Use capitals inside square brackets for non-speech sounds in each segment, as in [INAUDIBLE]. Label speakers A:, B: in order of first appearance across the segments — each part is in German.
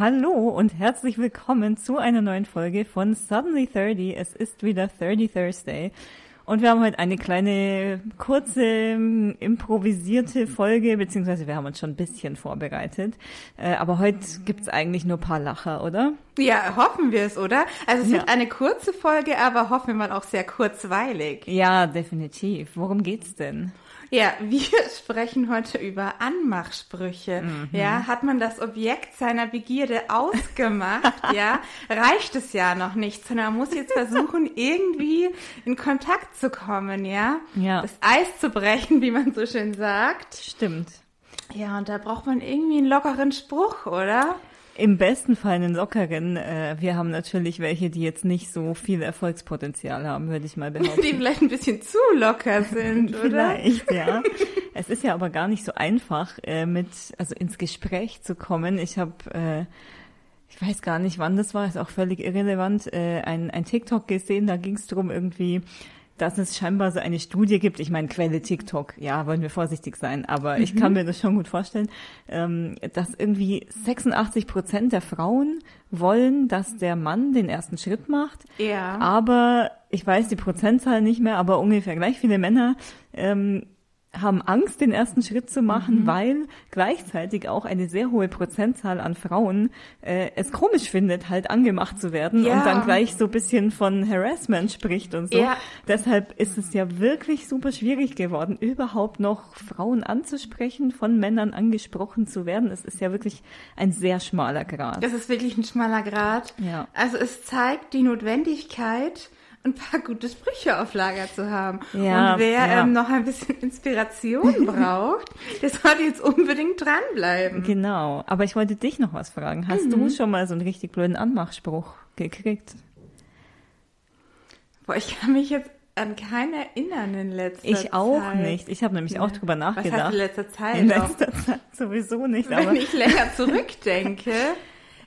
A: Hallo und herzlich willkommen zu einer neuen Folge von Suddenly 30. Es ist wieder 30 Thursday. Und wir haben heute eine kleine, kurze, ähm, improvisierte Folge, beziehungsweise wir haben uns schon ein bisschen vorbereitet. Äh, aber heute gibt's eigentlich nur ein paar Lacher, oder?
B: Ja, hoffen wir es, oder? Also es
A: Ja.
B: wird eine kurze Folge, aber hoffen wir mal auch sehr kurzweilig.
A: Ja, definitiv. Worum geht's denn?
B: Ja, wir [LAUGHS] sprechen heute über Anmachsprüche. Ja, hat man das Objekt seiner Begierde [LAUGHS] ausgemacht? ja, reicht es ja noch nicht, sondern man muss jetzt [LAUGHS] versuchen, irgendwie in Kontakt zu kommen, ja?
A: Ja.
B: Das Eis zu brechen, wie man so schön sagt.
A: Stimmt.
B: Ja, und da braucht man irgendwie einen lockeren Spruch, oder?
A: Im besten Fall einen lockeren. Äh, wir haben natürlich welche, die jetzt nicht so viel Erfolgspotenzial haben, würde ich mal behaupten.
B: Die vielleicht ein bisschen zu locker sind, [LAUGHS] oder?
A: Vielleicht, ja. es ist ja aber gar nicht so einfach, äh, mit, also ins Gespräch zu kommen. Ich habe, äh, ich weiß gar nicht, wann das war, ist auch völlig irrelevant, äh, ein, ein TikTok gesehen, da ging es darum irgendwie, dass es scheinbar so eine Studie gibt. Ich meine, Quelle TikTok, ja, wollen wir vorsichtig sein, aber ich kann mir das schon gut vorstellen, ähm, dass irgendwie 86 Prozent der Frauen wollen, dass der Mann den ersten Schritt macht.
B: Ja.
A: Aber ich weiß die Prozentzahl nicht mehr, aber ungefähr gleich viele Männer ähm, haben Angst, den ersten Schritt zu machen,
B: Mhm.
A: weil gleichzeitig auch eine sehr hohe Prozentzahl an Frauen äh, es komisch findet, halt angemacht zu werden
B: Ja.
A: und dann gleich so ein bisschen von Harassment spricht und so.
B: Ja.
A: Deshalb ist es ja wirklich super schwierig geworden, überhaupt noch Frauen anzusprechen, von Männern angesprochen zu werden. Es ist ja wirklich ein sehr schmaler Grad.
B: Das ist wirklich ein schmaler Grat.
A: Ja.
B: Also es zeigt die Notwendigkeit, ein paar gute Sprüche auf Lager zu haben.
A: Ja,
B: Und wer
A: ja.
B: ähm, noch ein bisschen [LAUGHS]
A: [LAUGHS]
B: Inspiration braucht, der sollte jetzt unbedingt dranbleiben.
A: Genau, aber ich wollte dich noch was fragen. Hast
B: Mhm.
A: du schon mal so einen richtig blöden Anmachspruch gekriegt?
B: Boah, ich kann mich jetzt an keinen erinnern in letzter Zeit.
A: ich auch nicht. Ich habe nämlich auch drüber
B: Was heißt
A: nachgedacht.
B: in letzter Zeit?
A: In
B: Auch,
A: letzter Zeit sowieso nicht, aber
B: wenn ich länger zurückdenke.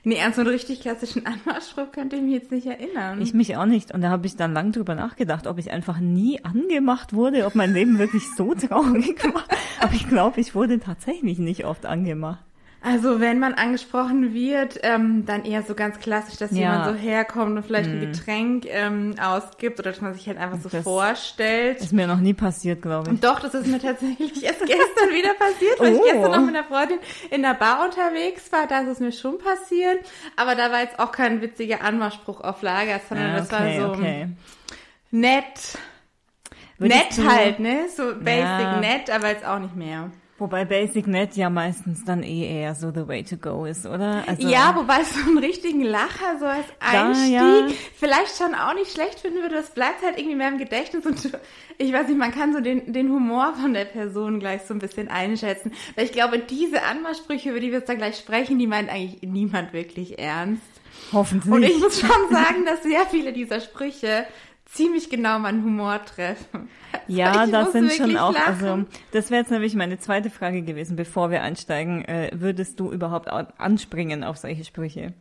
B: Nee, an so einen richtig klassischen Anmachspruch könnte ich mich jetzt nicht erinnern.
A: ich mich auch nicht. Und da habe ich dann lang drüber nachgedacht, ob ich einfach nie angemacht wurde, ob mein Leben wirklich so [LAUGHS] traurig war. Aber ich glaube, ich wurde tatsächlich nicht oft angemacht.
B: Also wenn man angesprochen wird, ähm, dann eher so ganz klassisch, dass
A: Ja. Hm.
B: jemand so herkommt und vielleicht ein Getränk ähm, ausgibt oder dass man sich halt einfach so
A: Das-
B: vorstellt.
A: Ist mir noch nie passiert, glaube ich.
B: Und doch, das ist mir tatsächlich erst gestern wieder passiert, weil
A: Oh.
B: ich gestern noch mit einer Freundin in der Bar unterwegs war. Da ist es mir schon passiert, aber da war jetzt auch kein witziger Anmachspruch auf Lager, sondern
A: Ah,
B: das war so ähm,
A: okay.
B: nett,
A: Würdest
B: nett
A: du-
B: halt, ne? So basic
A: Ja.
B: nett, aber jetzt auch nicht mehr.
A: Wobei Basic Net ja meistens dann eh eher so the way to go ist, oder? Also,
B: Ja, wobei so einen richtigen Lacher so als
A: ja.
B: Einstieg vielleicht schon auch nicht schlecht finden würde. Das bleibt halt irgendwie mehr im Gedächtnis und ich weiß nicht, man kann so den, den Humor von der Person gleich so ein bisschen einschätzen. Weil ich glaube, diese Anmachsprüche, über die wir jetzt dann gleich sprechen, die meint eigentlich niemand wirklich ernst.
A: hoffentlich.
B: Und ich muss schon
A: [LAUGHS]
B: sagen, dass sehr viele dieser Sprüche ziemlich genau meinen Humor treffen.
A: Ja,
B: [LAUGHS] Ich
A: das
B: muss
A: sind schon
B: wirklich
A: auch,
B: lachen.
A: also das wäre jetzt nämlich meine zweite Frage gewesen, bevor wir einsteigen. Äh, würdest du überhaupt au- anspringen auf solche Sprüche?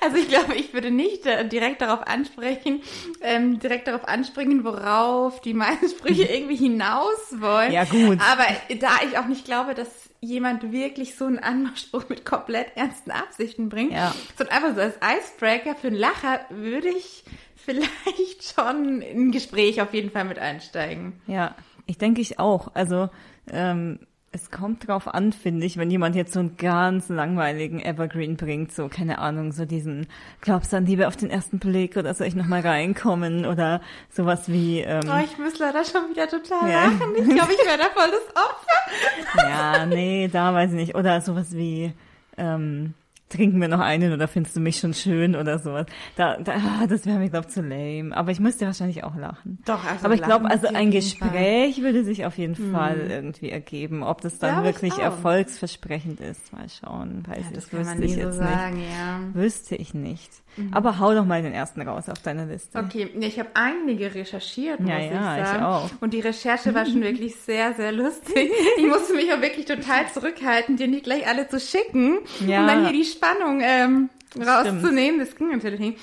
B: Also ich glaube, ich würde nicht äh, direkt darauf ansprechen, ähm, direkt darauf anspringen, worauf die
A: [LAUGHS]
B: meisten Sprüche irgendwie hinaus wollen.
A: Ja, gut.
B: Aber da ich auch nicht glaube, dass jemand wirklich so einen Anmachspruch mit komplett ernsten Absichten bringt,
A: Ja.
B: sondern einfach so als Icebreaker für einen Lacher würde ich vielleicht schon in ein Gespräch auf jeden Fall mit einsteigen.
A: Ja, ich denke ich auch. Also ähm, es kommt drauf an, finde ich, wenn jemand jetzt so einen ganz langweiligen Evergreen bringt, so keine Ahnung, so diesen glaubst du an Liebe auf den ersten Blick oder soll ich noch mal reinkommen oder sowas wie ähm,
B: Oh, ich muss leider schon wieder total
A: Ja.
B: lachen. Ich glaube, ich wäre da voll das Opfer.
A: Ja, nee, da weiß ich nicht. Oder sowas wie, ähm, trinken wir noch einen oder findest du mich schon schön oder sowas. Da, da, ah, das wäre mir, glaube ich, zu lame. Aber ich müsste wahrscheinlich auch lachen.
B: Doch, also
A: Aber ich glaube,
B: lachen
A: also
B: muss ich
A: ein
B: auf jeden Fall. Hm.
A: Gespräch würde sich auf jeden Fall irgendwie ergeben. Ob das dann
B: Glaub ich
A: wirklich
B: auch.
A: erfolgsversprechend ist, mal schauen. Weiß
B: Ja,
A: ich,
B: das kann man
A: wüsste
B: nie
A: ich
B: so
A: jetzt
B: sagen, Mhm. ja.
A: nicht. Wüsste ich nicht. Aber hau doch mal den ersten raus auf deiner Liste. [LAUGHS]
B: Okay, nee, ich habe einige recherchiert, muss
A: Hm. Ja,
B: ich
A: ja, ich
B: sagen.
A: auch.
B: Und die Recherche
A: [LAUGHS]
B: war schon wirklich sehr, sehr lustig. Ich musste mich auch wirklich total zurückhalten, dir nicht gleich alle zu schicken
A: Ja.
B: und dann hier die Spannung ähm, rauszunehmen. Das ging natürlich nicht.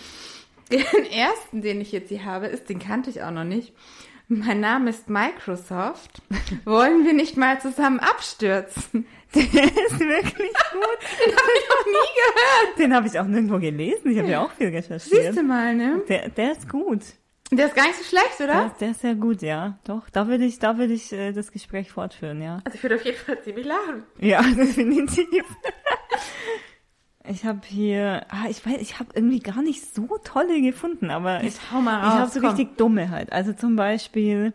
B: Den ersten, den ich jetzt hier habe, ist, den kannte ich auch noch nicht. Mein Name ist Microsoft. Wollen wir nicht mal zusammen abstürzen?
A: Der ist wirklich gut.
B: Den
A: [LAUGHS] Den habe ich auch nirgendwo gelesen. Ich habe ja. auch viel recherchiert.
B: Siehst du mal, ne?
A: Der, der ist gut.
B: Der ist gar nicht so schlecht, oder?
A: Der, der ist sehr gut, ja. Doch, da würde ich, da würde ich äh, das Gespräch fortführen, ja.
B: Also ich würde auf jeden Fall ziemlich lachen. [LAUGHS]
A: Ja, definitiv. Ich habe hier, ah, ich weiß, ich habe irgendwie gar nicht so tolle gefunden, aber ich,
B: Jetzt hau mal raus.
A: ich habe so
B: komm.
A: richtig dumme halt. Also zum Beispiel,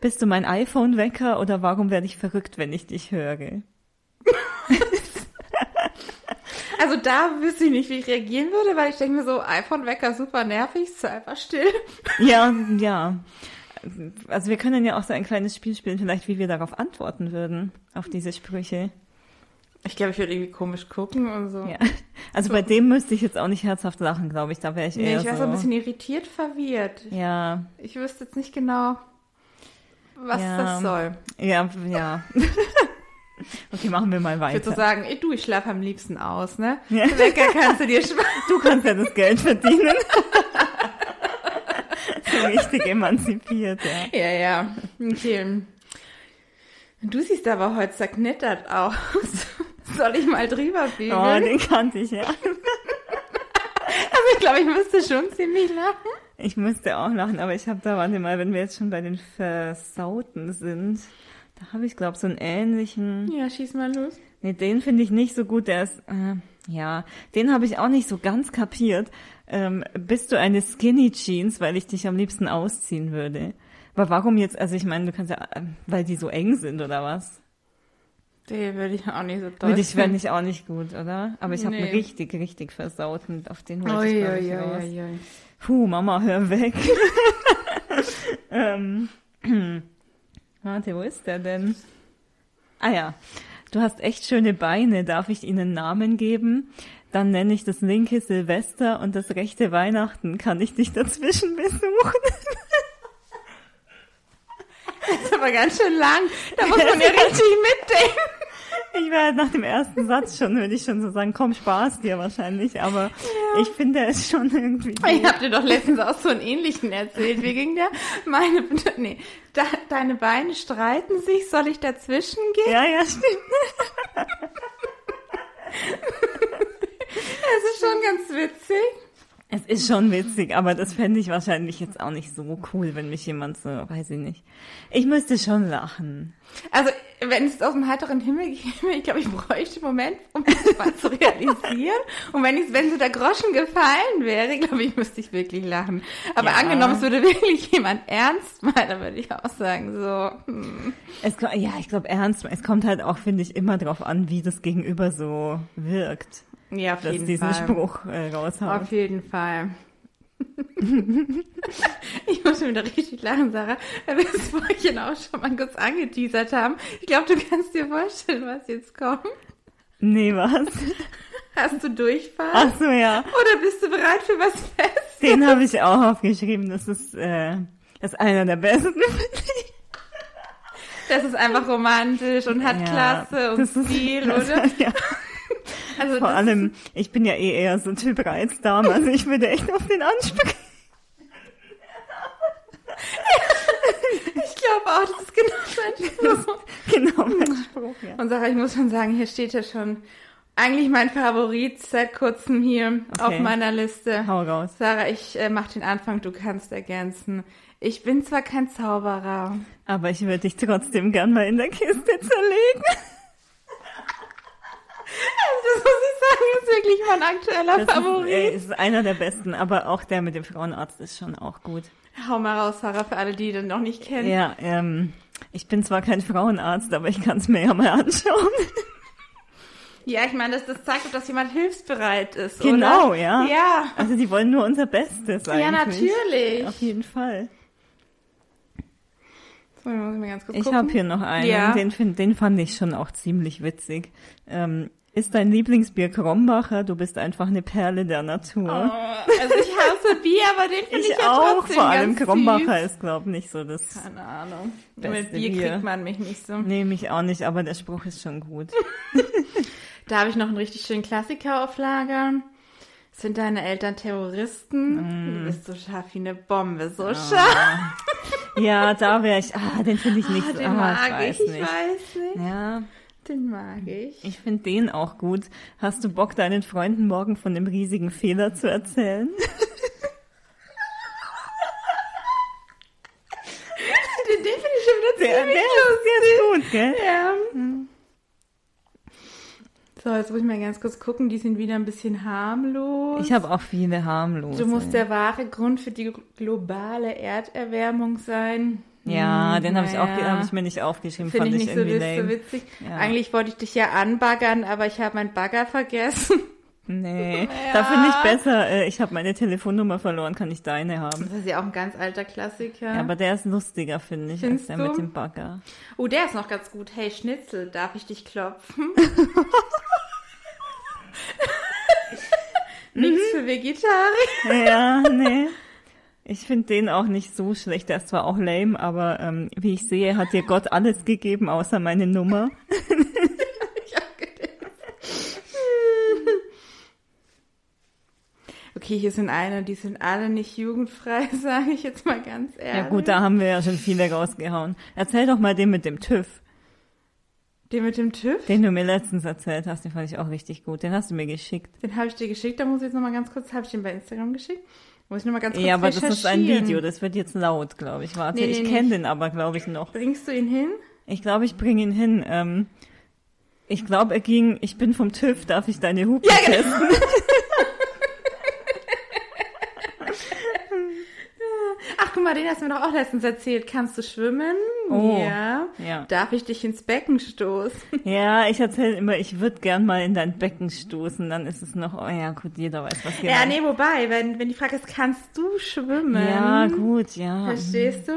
A: bist du mein iPhone-Wecker oder warum werde ich verrückt, wenn ich dich höre?
B: Also da wüsste ich nicht, wie ich reagieren würde, weil ich denke mir so, iPhone-Wecker super nervig, ist einfach still.
A: Ja, ja. Also wir können ja auch so ein kleines Spiel spielen, vielleicht wie wir darauf antworten würden, auf diese Sprüche.
B: Ich glaube, ich würde irgendwie komisch gucken und so.
A: Ja. Also bei dem müsste ich jetzt auch nicht herzhaft lachen, glaube ich. Da wäre ich
B: Nee,
A: eher
B: ich wäre
A: so
B: so ein bisschen irritiert, verwirrt.
A: Ja,
B: Ich wüsste jetzt nicht genau, was
A: Ja.
B: das soll.
A: ja, ja. [LAUGHS] okay, machen wir mal
B: Ich würde so
A: weiter.
B: sagen, eh, du, ich schlafe am liebsten aus, ne?
A: Ja.
B: [LAUGHS] Wecker kannst du dir sparen.
A: Du kannst ja das Geld verdienen. [LAUGHS] so richtig emanzipiert, ja.
B: Ja, ja. Okay. Du siehst aber heute zerknittert aus. [LAUGHS] Soll ich mal drüber bügeln?
A: Oh, den kannte ich, ja.
B: also ich glaube, ich müsste schon ziemlich lachen.
A: Ich müsste auch lachen, aber ich habe da, warte mal, wenn wir jetzt schon bei den Versauten sind, da habe ich, glaube so einen ähnlichen...
B: Ja, schieß mal los.
A: Nee, den finde ich nicht so gut. Der ist, äh, ja, den habe ich auch nicht so ganz kapiert. Ähm, bist du eine Skinny Jeans, weil ich dich am liebsten ausziehen würde? Aber warum jetzt? Also ich meine, du kannst ja, äh, weil die so eng sind oder was?
B: Den würde ich auch nicht so toll
A: Würde ich, fände
B: finden.
A: ich auch nicht gut, oder? Aber ich habe
B: Nee.
A: einen richtig, richtig versauten, auf den hol ich
B: Ui,
A: glaub ich
B: ui,
A: raus.
B: ui, ui.
A: Puh, Mama, hör weg. ähm, [CLEARS THROAT] warte, wo ist der denn? Ah ja, du hast echt schöne Beine. Darf ich ihnen Namen geben? Dann nenne ich das linke Silvester und das rechte Weihnachten. Kann ich dich dazwischen besuchen?
B: Das ist aber ganz schön lang. Da [LAUGHS] muss man ja richtig mitdenken.
A: Ich wäre nach dem ersten Satz schon, würde ich schon so sagen, komm, Spaß dir wahrscheinlich. Aber ich finde, er ist schon irgendwie
B: Ich
A: gut.
B: hab dir doch letztens auch so einen ähnlichen erzählt. Wie ging der? Meine, nee, da, deine Beine streiten sich, soll ich dazwischen gehen?
A: Ja, ja, stimmt.
B: Das ist schon ganz witzig.
A: Es ist schon witzig, aber das fände ich wahrscheinlich jetzt auch nicht so cool, wenn mich jemand so, weiß ich nicht. Ich müsste schon lachen.
B: Also, wenn es aus dem heiteren Himmel käme, ich glaube, ich bräuchte einen Moment, um das mal zu realisieren. Und wenn ich, wenn so der Groschen gefallen wäre, glaube ich, müsste ich wirklich lachen. Aber
A: Ja.
B: angenommen, es würde [LAUGHS] wirklich jemand ernst meinen, dann würde ich auch sagen, so, hm.
A: Es, ko- ja, ich glaube ernst, es kommt halt auch, finde ich, immer drauf an, wie das Gegenüber so wirkt,
B: Ja, auf
A: dass
B: jeden
A: diesen
B: Fall.
A: Spruch äh, raushaut.
B: Auf jeden Fall. [LAUGHS] ich muss schon wieder richtig lachen, Sarah, weil wir das vorhin auch schon mal kurz angeteasert haben. Ich glaube, du kannst dir vorstellen, was jetzt kommt.
A: Nee,
B: [LAUGHS]
A: was?
B: Hast du Durchfall?
A: Ach so, ja,
B: Oder bist du bereit für was Festes?
A: den habe ich auch aufgeschrieben. Das ist, äh, das ist einer der besten.
B: Das ist einfach romantisch und [LAUGHS] hat
A: Ja,
B: Klasse und
A: das ist- [LAUGHS]
B: Stil, oder?
A: ja,
B: Also
A: vor
B: das-
A: allem, ich bin ja eh eher so Typ Reizdarm, also ich würde echt auf den ansprechen.
B: ich glaube auch, das ist genau sein
A: [LAUGHS]
B: Spruch.
A: [LAUGHS] Genau, mein Spruch, ja.
B: Und Sarah, ich muss schon sagen, hier steht ja schon eigentlich mein Favorit seit kurzem hier auf
A: Okay.
B: meiner Liste.
A: Hau raus.
B: Sarah, ich äh, mach den Anfang, du kannst ergänzen. Ich bin zwar kein Zauberer. [LAUGHS]
A: Aber ich würde dich trotzdem gern mal in der Kiste zerlegen.
B: Das muss ich sagen, ist wirklich mein aktueller
A: Das ist,
B: Favorit.
A: äh, ist einer der besten, aber auch der mit dem Frauenarzt ist schon auch gut.
B: Hau mal raus, Sarah, für alle, die den noch nicht kennen.
A: Ja, ähm, ich bin zwar kein Frauenarzt, aber ich kann es mir ja mal anschauen.
B: Ja, ich meine, das, das zeigt, doch, dass jemand hilfsbereit
A: [LAUGHS]
B: ist,
A: Genau,
B: oder?
A: ja.
B: Ja,
A: Also die wollen nur unser Bestes eigentlich.
B: ja natürlich.
A: Auf jeden Fall.
B: So, dann muss ich mal ganz kurz
A: Ich
B: gucken.
A: habe hier noch einen,
B: Ja.
A: den, find, den fand ich schon auch ziemlich witzig. Ähm, ist dein Lieblingsbier Krombacher? Du bist einfach eine Perle der
B: Oh,
A: Natur.
B: also ich hasse Bier, aber den finde ich, ja
A: auch,
B: trotzdem
A: vor allem
B: ganz
A: Krombacher
B: süß.
A: ist, glaube ich, nicht so das
B: Keine Ahnung.
A: Beste
B: Mit Bier,
A: Bier.
B: kriegt man mich nicht so.
A: Nee, mich auch nicht, aber der Spruch ist schon gut.
B: Da habe ich noch einen richtig schönen Klassiker auf Lager. Sind deine Eltern
A: Mm.
B: Terroristen? Du bist so scharf wie eine Bombe, so scharf.
A: Ja, da wäre ich. Ah, den finde ich nicht
B: Ah,
A: so.
B: den
A: ah,
B: mag
A: ich weiß
B: ich, ich
A: nicht. Mhm.
B: weiß nicht.
A: Ja,
B: Den mag ich.
A: Ich finde den auch gut. Hast du Bock, deinen Freunden morgen von dem riesigen Fehler zu erzählen?
B: Den, den finde ich schon wieder
A: Der, der,
B: ziemlich
A: der Mhm. ist gut, gell?
B: Ja. So, jetzt muss ich mal ganz kurz gucken. Die sind wieder ein bisschen harmlos.
A: Ich habe auch viele harmlose.
B: so muss der wahre Grund für die globale Erderwärmung sein.
A: ja,
B: Hm,
A: den habe ich auch,
B: naja.
A: den habe ich mir nicht aufgeschrieben,
B: Finde
A: fand
B: ich
A: ich,
B: nicht so,
A: irgendwie
B: witz- so
A: lame.
B: witzig.
A: Ja.
B: Eigentlich wollte ich dich ja anbaggern, aber ich habe meinen Bagger vergessen.
A: Nee,
B: Ja.
A: da finde ich besser, äh, ich habe meine Telefonnummer verloren, kann ich deine haben.
B: Das ist ja auch ein ganz alter Klassiker.
A: Ja, aber der ist lustiger, finde ich,
B: Findest
A: als der
B: du?
A: mit dem Bagger.
B: oh, der ist noch ganz gut. Hey Schnitzel, darf ich
A: [LAUGHS]
B: dich klopfen? Nichts
A: Mhm.
B: für Vegetarier.
A: Ja, nee. Ich finde den auch nicht so schlecht. Der ist zwar auch lame, aber ähm, wie ich sehe, hat dir Gott alles gegeben, außer meine Nummer.
B: Okay, hier sind eine, die sind alle nicht jugendfrei, [LAUGHS] sage ich jetzt mal ganz ehrlich.
A: Ja gut, da haben wir ja schon viele rausgehauen. Erzähl doch mal den mit dem TÜV,
B: Den mit dem TÜV,
A: den du mir letztens erzählt hast. Den fand ich auch richtig gut. Den hast du mir geschickt.
B: den habe ich dir geschickt, da muss ich jetzt nochmal ganz kurz, habe ich den bei Instagram geschickt? Muss ich nochmal ganz kurz
A: Ja, aber das ist ein
B: recherchieren.
A: Video. Das wird jetzt laut, glaube ich. Warte,
B: Nee, nee,
A: ich kenne den aber, glaube ich, noch.
B: Bringst du ihn hin?
A: Ich glaube, ich bringe ihn hin. Ähm, ich glaube, er ging, ich bin vom TÜV, darf ich deine Hupe
B: Ja, genau.
A: testen?
B: Ach, guck mal, den hast du mir doch auch letztens erzählt. Kannst du schwimmen?
A: Oh.
B: Ja.
A: Ja.
B: Darf ich dich ins Becken stoßen?
A: Ja, ich erzähle immer, ich würde gern mal in dein Becken stoßen, dann ist es noch, oh ja gut, jeder weiß, was
B: Ja,
A: gemeint
B: nee, wobei, wenn, wenn die Frage ist, kannst du schwimmen?
A: Ja, gut, ja.
B: Verstehst du?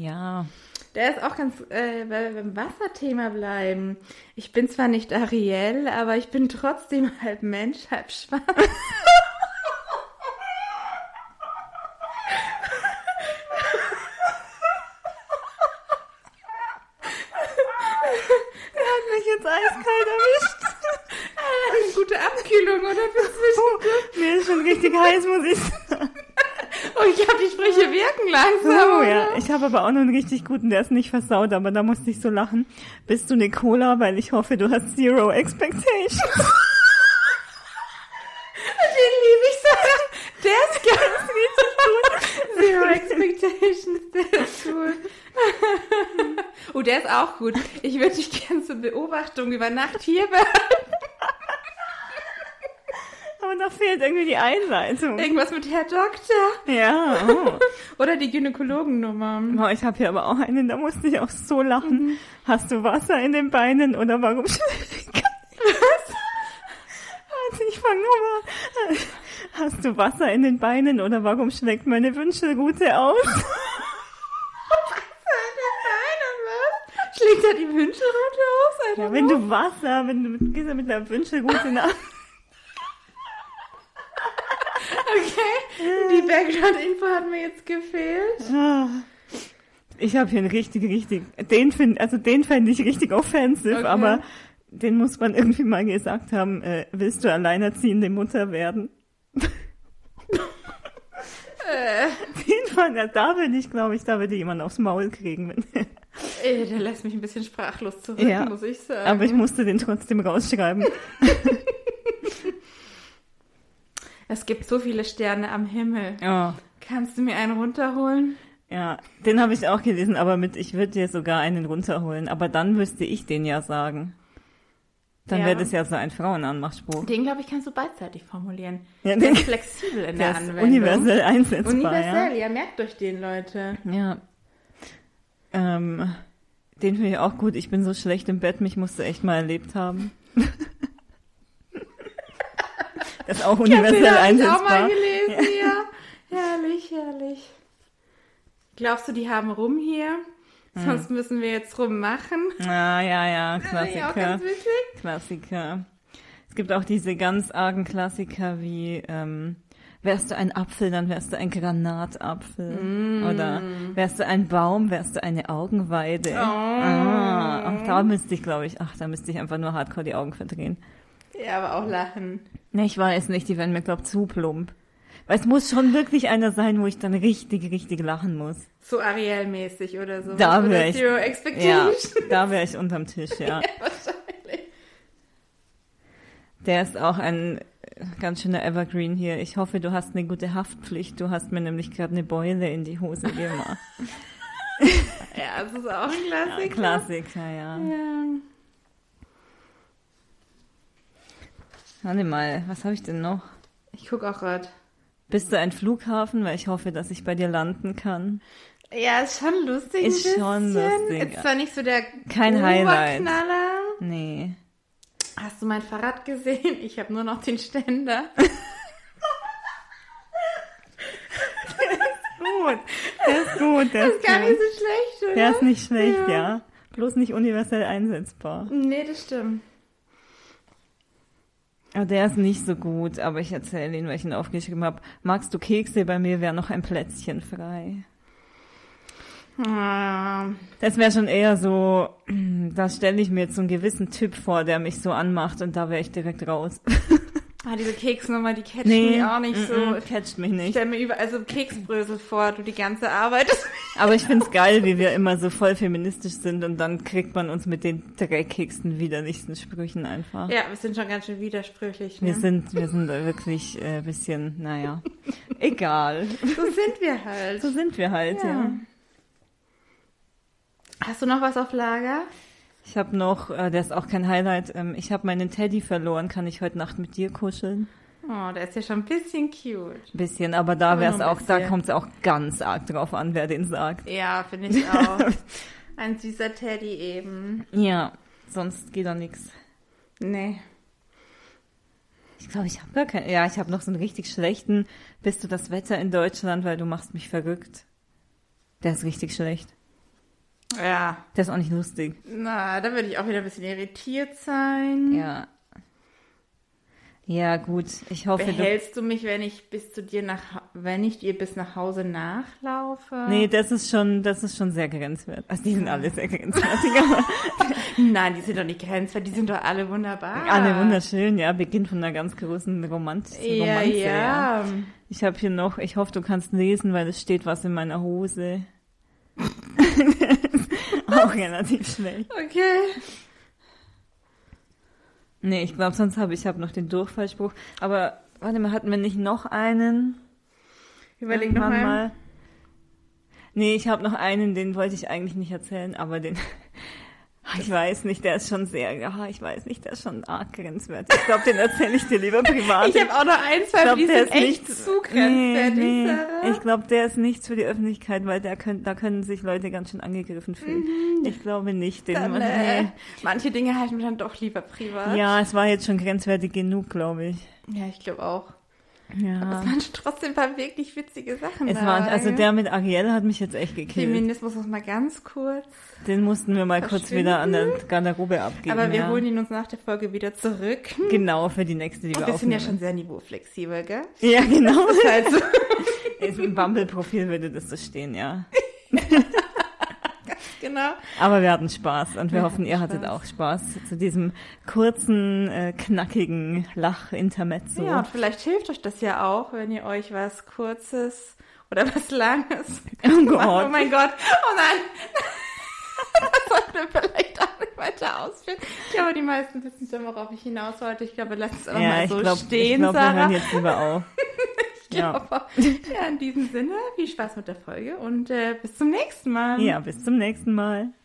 A: Ja.
B: Der ist auch ganz, äh, weil wir beim Wasserthema bleiben. Ich bin zwar nicht Ariel, aber ich bin trotzdem [LAUGHS] halb Mensch, halb Schwan.
A: Mich jetzt eiskalt erwischt.
B: Eine [LAUGHS] gute Abkühlung, oder? Für
A: [LAUGHS] [LAUGHS]
B: zwischendurch.
A: Mir ist schon richtig heiß, muss ich sagen.
B: Oh, ich habe die Sprüche wirken langsam.
A: Oh,
B: oder?
A: ja. Ich habe aber auch noch einen richtig guten, der ist nicht versaut, aber da musste ich so lachen. Bist du eine Cola, weil ich hoffe, du hast zero expectations. [LAUGHS]
B: Den liebe ich so. [LAUGHS] Der ist ganz richtig gut. Zero Expectations, der ist gut. [LAUGHS] Oh, der ist auch gut. Ich würde dich gerne zur Beobachtung über Nacht hier behalten.
A: Aber da fehlt irgendwie die Einleitung.
B: Irgendwas mit Herr Doktor.
A: Ja. Oh.
B: Oder die Gynäkologennummer.
A: Wow, Oh, Ich habe hier aber auch einen, da musste ich auch so lachen. Hast du Wasser in den Beinen oder warum [LAUGHS] schläft Was? Also ich fange nochmal. an. Hast du Wasser in den Beinen oder warum schlägt meine Wünschelrute aus?
B: Nein, was? Schlägt er die Wünschelrute aus? Alter?
A: Ja, wenn du Wasser, wenn du mit, gehst du mit einer Wünschelrute nach.
B: Okay. Die Background-Info hat mir jetzt gefehlt.
A: Ah. Ich habe hier einen richtig, richtig, den finde, also den fände ich richtig offensive,
B: Okay.
A: aber den muss man irgendwie mal gesagt haben, äh, willst du alleinerziehende Mutter werden?
B: Äh,
A: Den fand er, da bin ich, glaube ich, da würde jemand aufs Maul kriegen. Wenn, [LAUGHS]
B: ey, der lässt mich ein bisschen sprachlos zurück,
A: Ja.
B: muss ich sagen.
A: aber ich musste den trotzdem rausschreiben.
B: es gibt so viele Sterne am Himmel.
A: Ja.
B: Kannst du mir einen runterholen?
A: Ja, den habe ich auch gelesen, aber mit ich würde dir sogar einen runterholen. Aber dann müsste ich den ja sagen. Dann
B: Ja.
A: wäre das ja so ein Frauenanmachspruch.
B: Den, glaube ich, kannst du beidseitig formulieren.
A: Ja,
B: der
A: den-
B: ist flexibel in
A: Der
B: der,
A: ist
B: Anwendung.
A: universell einsetzbar.
B: Universell, ja. merkt euch den, Leute.
A: Ja. ja. Ähm, den finde ich auch gut. Ich bin so schlecht im Bett, mich musste echt mal erlebt haben. [LAUGHS] das ist auch
B: den
A: universell
B: hab ich auch
A: einsetzbar.
B: mal gelesen, ja. Herrlich, herrlich. Glaubst du, die haben rum hier?
A: Hm.
B: Sonst müssen wir jetzt rummachen.
A: Ah, ja, ja,
B: Das ist ja auch
A: Klassiker.
B: ganz witzig.
A: Klassiker. Es gibt auch diese ganz argen Klassiker wie ähm, wärst du ein Apfel, dann wärst du ein Granatapfel. Oder wärst du ein Baum, wärst du eine Augenweide. Ah, auch da müsste ich, glaube ich, ach, da müsste ich einfach nur hardcore die Augen verdrehen.
B: Ja, aber auch lachen.
A: Ne, ich weiß nicht, die werden mir, glaube zu plump. Weil es muss schon wirklich einer sein, wo ich dann richtig, richtig lachen muss.
B: So Ariel-mäßig oder so.
A: Da
B: oder
A: wär ich-
B: Zero
A: Ja,
B: Expectation.
A: da wäre ich unterm Tisch, [LAUGHS] ja.
B: Wahrscheinlich.
A: Der ist auch ein äh, ganz schöner Evergreen hier. Ich hoffe, du hast eine gute Haftpflicht. Du hast mir nämlich gerade eine Beule in die Hose [LAUGHS] gemacht.
B: Ja, das ist auch ein
A: Ja,
B: Klassiker.
A: Klassiker, ja.
B: Ja.
A: Warte mal, was habe ich denn noch?
B: Ich gucke auch gerade.
A: Bist du ein Flughafen? Weil ich hoffe, dass ich bei dir landen kann.
B: Ja, ist schon lustig.
A: Ist
B: ein bisschen.
A: schon lustig.
B: Ist zwar nicht so der
A: Kein Highlight.
B: Oberknaller.
A: Nee.
B: Hast du mein Fahrrad gesehen? Ich habe nur noch den [LAUGHS] Ständer.
A: Gut, der ist gut. Der ist
B: Gar nicht
A: gut.
B: so schlecht, oder?
A: Der ist nicht schlecht,
B: Ja.
A: ja. Bloß nicht universell einsetzbar.
B: Nee, das stimmt.
A: Aber Ah, der ist nicht so gut, aber ich erzähle ihn, weil ich ihn aufgeschrieben habe. Magst du Kekse? Bei mir wäre noch ein Plätzchen frei.
B: Ah,
A: Das wäre schon eher so, [CLEARS THROAT] da stelle ich mir jetzt so einen gewissen Typ vor, der mich so anmacht und da wäre ich direkt raus.
B: ah, diese Keksnummer, die catchen mich auch nicht
A: [LAUGHS]
B: so.
A: catcht mich
B: Ich
A: nicht.
B: stell mir über, also Keksbrösel vor, du die ganze [LAUGHS] Arbeit.
A: Aber ich find's geil, wie wir immer so voll feministisch sind und dann kriegt man uns mit den dreckigsten, widerlichsten Sprüchen einfach.
B: ja, wir sind schon ganz schön widersprüchlich.
A: Wir
B: Ne?
A: sind, wir sind da wirklich äh, bisschen, naja, egal.
B: so sind wir halt.
A: So sind wir halt, ja.
B: Ja. Hast du noch was auf Lager?
A: Ich habe noch, äh, der ist auch kein Highlight, ähm, ich habe meinen Teddy verloren, kann ich heute Nacht mit dir kuscheln?
B: Oh, der ist ja schon ein bisschen cute.
A: Bisschen, aber da
B: Aber
A: wär's
B: noch ein
A: auch, da
B: bisschen.
A: kommt's auch ganz arg drauf an, wer den sagt.
B: Ja, finde [LAUGHS] ich auch. Ein süßer Teddy eben.
A: Ja, sonst geht da nix.
B: Nee.
A: Ich glaube, ich habe gar keinen, ja, ich habe noch so einen richtig schlechten, bist du das Wetter in Deutschland, weil du machst mich verrückt. Der ist richtig schlecht.
B: Ja.
A: Der ist auch nicht lustig.
B: Na, da würde ich auch wieder ein bisschen irritiert sein.
A: Ja. Ja, gut. Ich hoffe, du
B: Behältst du mich, wenn ich bis zu dir nach wenn ich dir bis nach Hause nachlaufe?
A: Nee, das ist schon, das ist schon sehr grenzwertig. Also die sind alle sehr grenzwertig, aber
B: [LAUGHS] Nein, die sind doch nicht grenzwertig, die sind doch alle wunderbar.
A: alle Ah, ne, wunderschön, ja. Beginn von einer ganz großen Romanz
B: Ja,
A: Romanze, ja.
B: ja.
A: Ich habe hier noch, ich hoffe, du kannst lesen, weil es steht was in meiner
B: [LAUGHS]
A: Hose. Auch relativ schlecht.
B: Okay.
A: Nee, Ne, ich glaube, sonst habe ich hab noch den Durchfallspruch. Aber warte mal, hatten wir nicht noch einen?
B: Überleg noch
A: Irgendwann
B: mal.
A: Nee, ich habe noch einen, den wollte ich eigentlich nicht erzählen, aber den. [LAUGHS] Ich weiß nicht, der ist schon sehr. Ja, ich weiß nicht, der ist schon arg grenzwertig. Ich glaube, den erzähle ich dir lieber privat.
B: Ich habe auch noch ein, zwei,
A: glaub,
B: die
A: der
B: sind
A: ist
B: echt
A: nichts-
B: zu grenzwertig,
A: Nee, nee.
B: Sarah.
A: Ich glaube, der ist nichts für die Öffentlichkeit, weil da können, da können sich Leute ganz schön angegriffen fühlen. Ich glaube nicht, den
B: Mhm. Dann,
A: man.
B: äh,
A: Nee.
B: manche Dinge halten wir dann doch lieber privat.
A: Ja, es war jetzt schon grenzwertig genug, glaube ich.
B: ja ich glaube auch.
A: Ja.
B: Es waren trotzdem ein paar wirklich witzige Sachen.
A: Es war,
B: dabei.
A: also der mit Ariel hat mich jetzt echt gekillt.
B: Feminismus muss mal ganz kurz.
A: Den mussten wir mal kurz wieder an der Garderobe abgeben.
B: aber wir
A: ja.
B: holen ihn uns nach der Folge wieder zurück.
A: Genau, für die nächste, die wir,
B: Wir sind ja
A: aufnehmen.
B: schon sehr niveauflexibel, gell? [LAUGHS]
A: Ja, genau.
B: Das ist halt so. [LAUGHS]
A: Ist Im Bumble-Profil würde das so stehen, ja.
B: genau.
A: Aber wir hatten Spaß und wir,
B: Wir
A: hoffen, ihr
B: hatten
A: hattet
B: Spaß.
A: auch Spaß zu diesem kurzen, äh, knackigen Lach-Intermezzo.
B: Ja, und vielleicht hilft euch das ja auch, wenn ihr euch was Kurzes oder was Langes.
A: Oh
B: Oh
A: Gott.
B: mein Gott. Oh nein. [LAUGHS] Das sollten wir vielleicht auch nicht weiter ausführen. Ich glaube, die meisten wissen schon, worauf ich hinaus wollte. Ich glaube, lass es auch
A: ja,
B: mal
A: ich
B: so
A: glaube,
B: stehen,
A: glaub, wir
B: Sarah.
A: hören jetzt lieber auf. ja.
B: Ja. ja, in diesem Sinne, viel Spaß mit der Folge und äh, bis zum nächsten Mal.
A: ja, bis zum nächsten Mal.